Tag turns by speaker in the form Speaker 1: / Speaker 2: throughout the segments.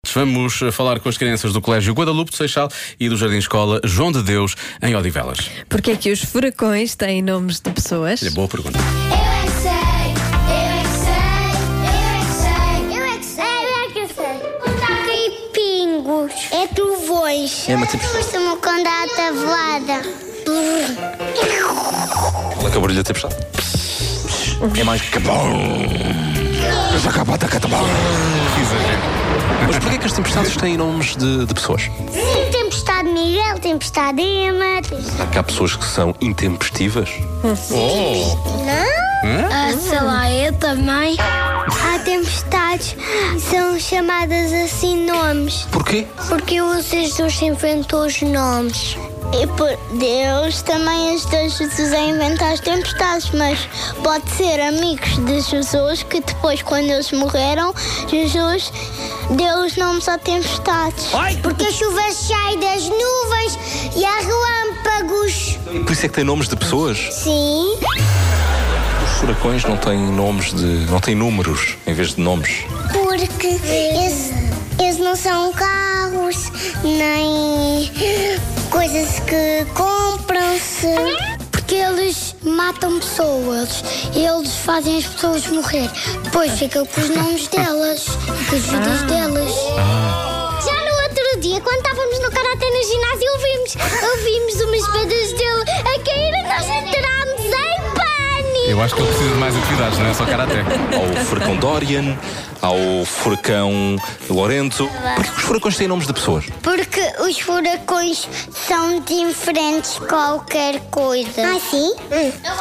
Speaker 1: Verdes. Vamos eh, falar com as crianças do Colégio Guadalupe de Seixal e do Jardim Escola João de Deus, em Odivelas.
Speaker 2: Porquê é que os furacões têm nomes de pessoas?
Speaker 1: Olha, boa pergunta.
Speaker 3: Eu é que sei, eu é que sei, eu é que sei, eu é que sei, eu é que sei. Contar e pingos. É trovões. É uma uma quando há tabuada.
Speaker 4: Olha que é barulho até puxado. É mais que bom. Mas porquê é que as tempestades têm nomes de, de pessoas?
Speaker 3: Tempestade Miguel, tempestade Emma.
Speaker 4: Será que há pessoas que são intempestivas?
Speaker 3: Não? Ah, sei lá, eu também. Há tempestades, são chamadas assim nomes.
Speaker 4: Porquê?
Speaker 3: Porque vocês dois inventou os nomes. E por Deus também as duas pessoas a inventar as tempestades, mas pode ser amigos de Jesus que depois, quando eles morreram, Jesus deu os nomes a tempestades. Porque a chuva sai das nuvens e há relâmpagos.
Speaker 4: E por isso é que tem nomes de pessoas?
Speaker 3: Sim.
Speaker 4: Os furacões não têm nomes de. não têm números em vez de nomes.
Speaker 3: Porque eles, eles não são carros, nem coisas que compram-se. Porque eles matam pessoas, eles fazem as pessoas morrer. Depois ficam com os nomes delas, com as vidas delas. Já no outro dia, quando estávamos no Karate no ginásio, ouvimos, ouvimos umas pedras dele a cair e nós entramos em pânico.
Speaker 1: Eu acho que ele precisa de mais atividades, não é só karaté.
Speaker 4: Há o furacão Dorian, há o furacão Lorenzo. Porquê que os furacões têm nomes de pessoas?
Speaker 3: Porque os furacões são diferentes de qualquer coisa. Ah, sim?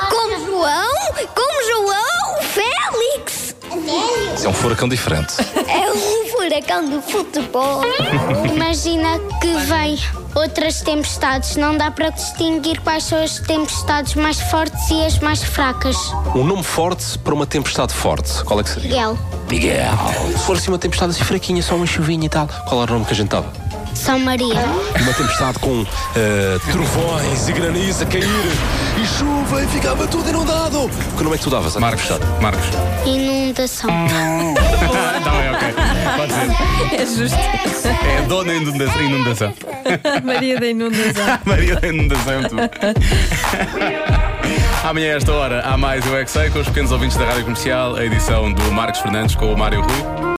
Speaker 3: Como João? Como João? Félix?
Speaker 4: Isso é um furacão diferente.
Speaker 3: É um furacão do futebol. Imagina que vem outras tempestades. Não dá para distinguir quais são as tempestades mais fortes e as mais fracas.
Speaker 4: Um nome forte para uma tempestade forte. Qual é que seria?
Speaker 3: Miguel,
Speaker 4: Miguel. Se for assim uma tempestade assim fraquinha, só uma chuvinha e tal, qual era o nome que a gente dava?
Speaker 3: São Maria.
Speaker 4: Uma tempestade com eh, trovões e granizo a cair e chuva e ficava tudo inundado. Que nome é que tu davas? à
Speaker 1: Marcos,
Speaker 4: tempestade?
Speaker 1: Marcos.
Speaker 3: Inundação.
Speaker 1: Está bem, ok. Pode ser.
Speaker 2: É justo.
Speaker 1: É a dona inunda- inundação.
Speaker 2: Maria da Inundação.
Speaker 1: Maria da Inundação. é muito bom. Amanhã, a esta É hora, há mais o Exei com os pequenos ouvintes da Rádio Comercial, a edição do Marcos Fernandes com o Mário Rui.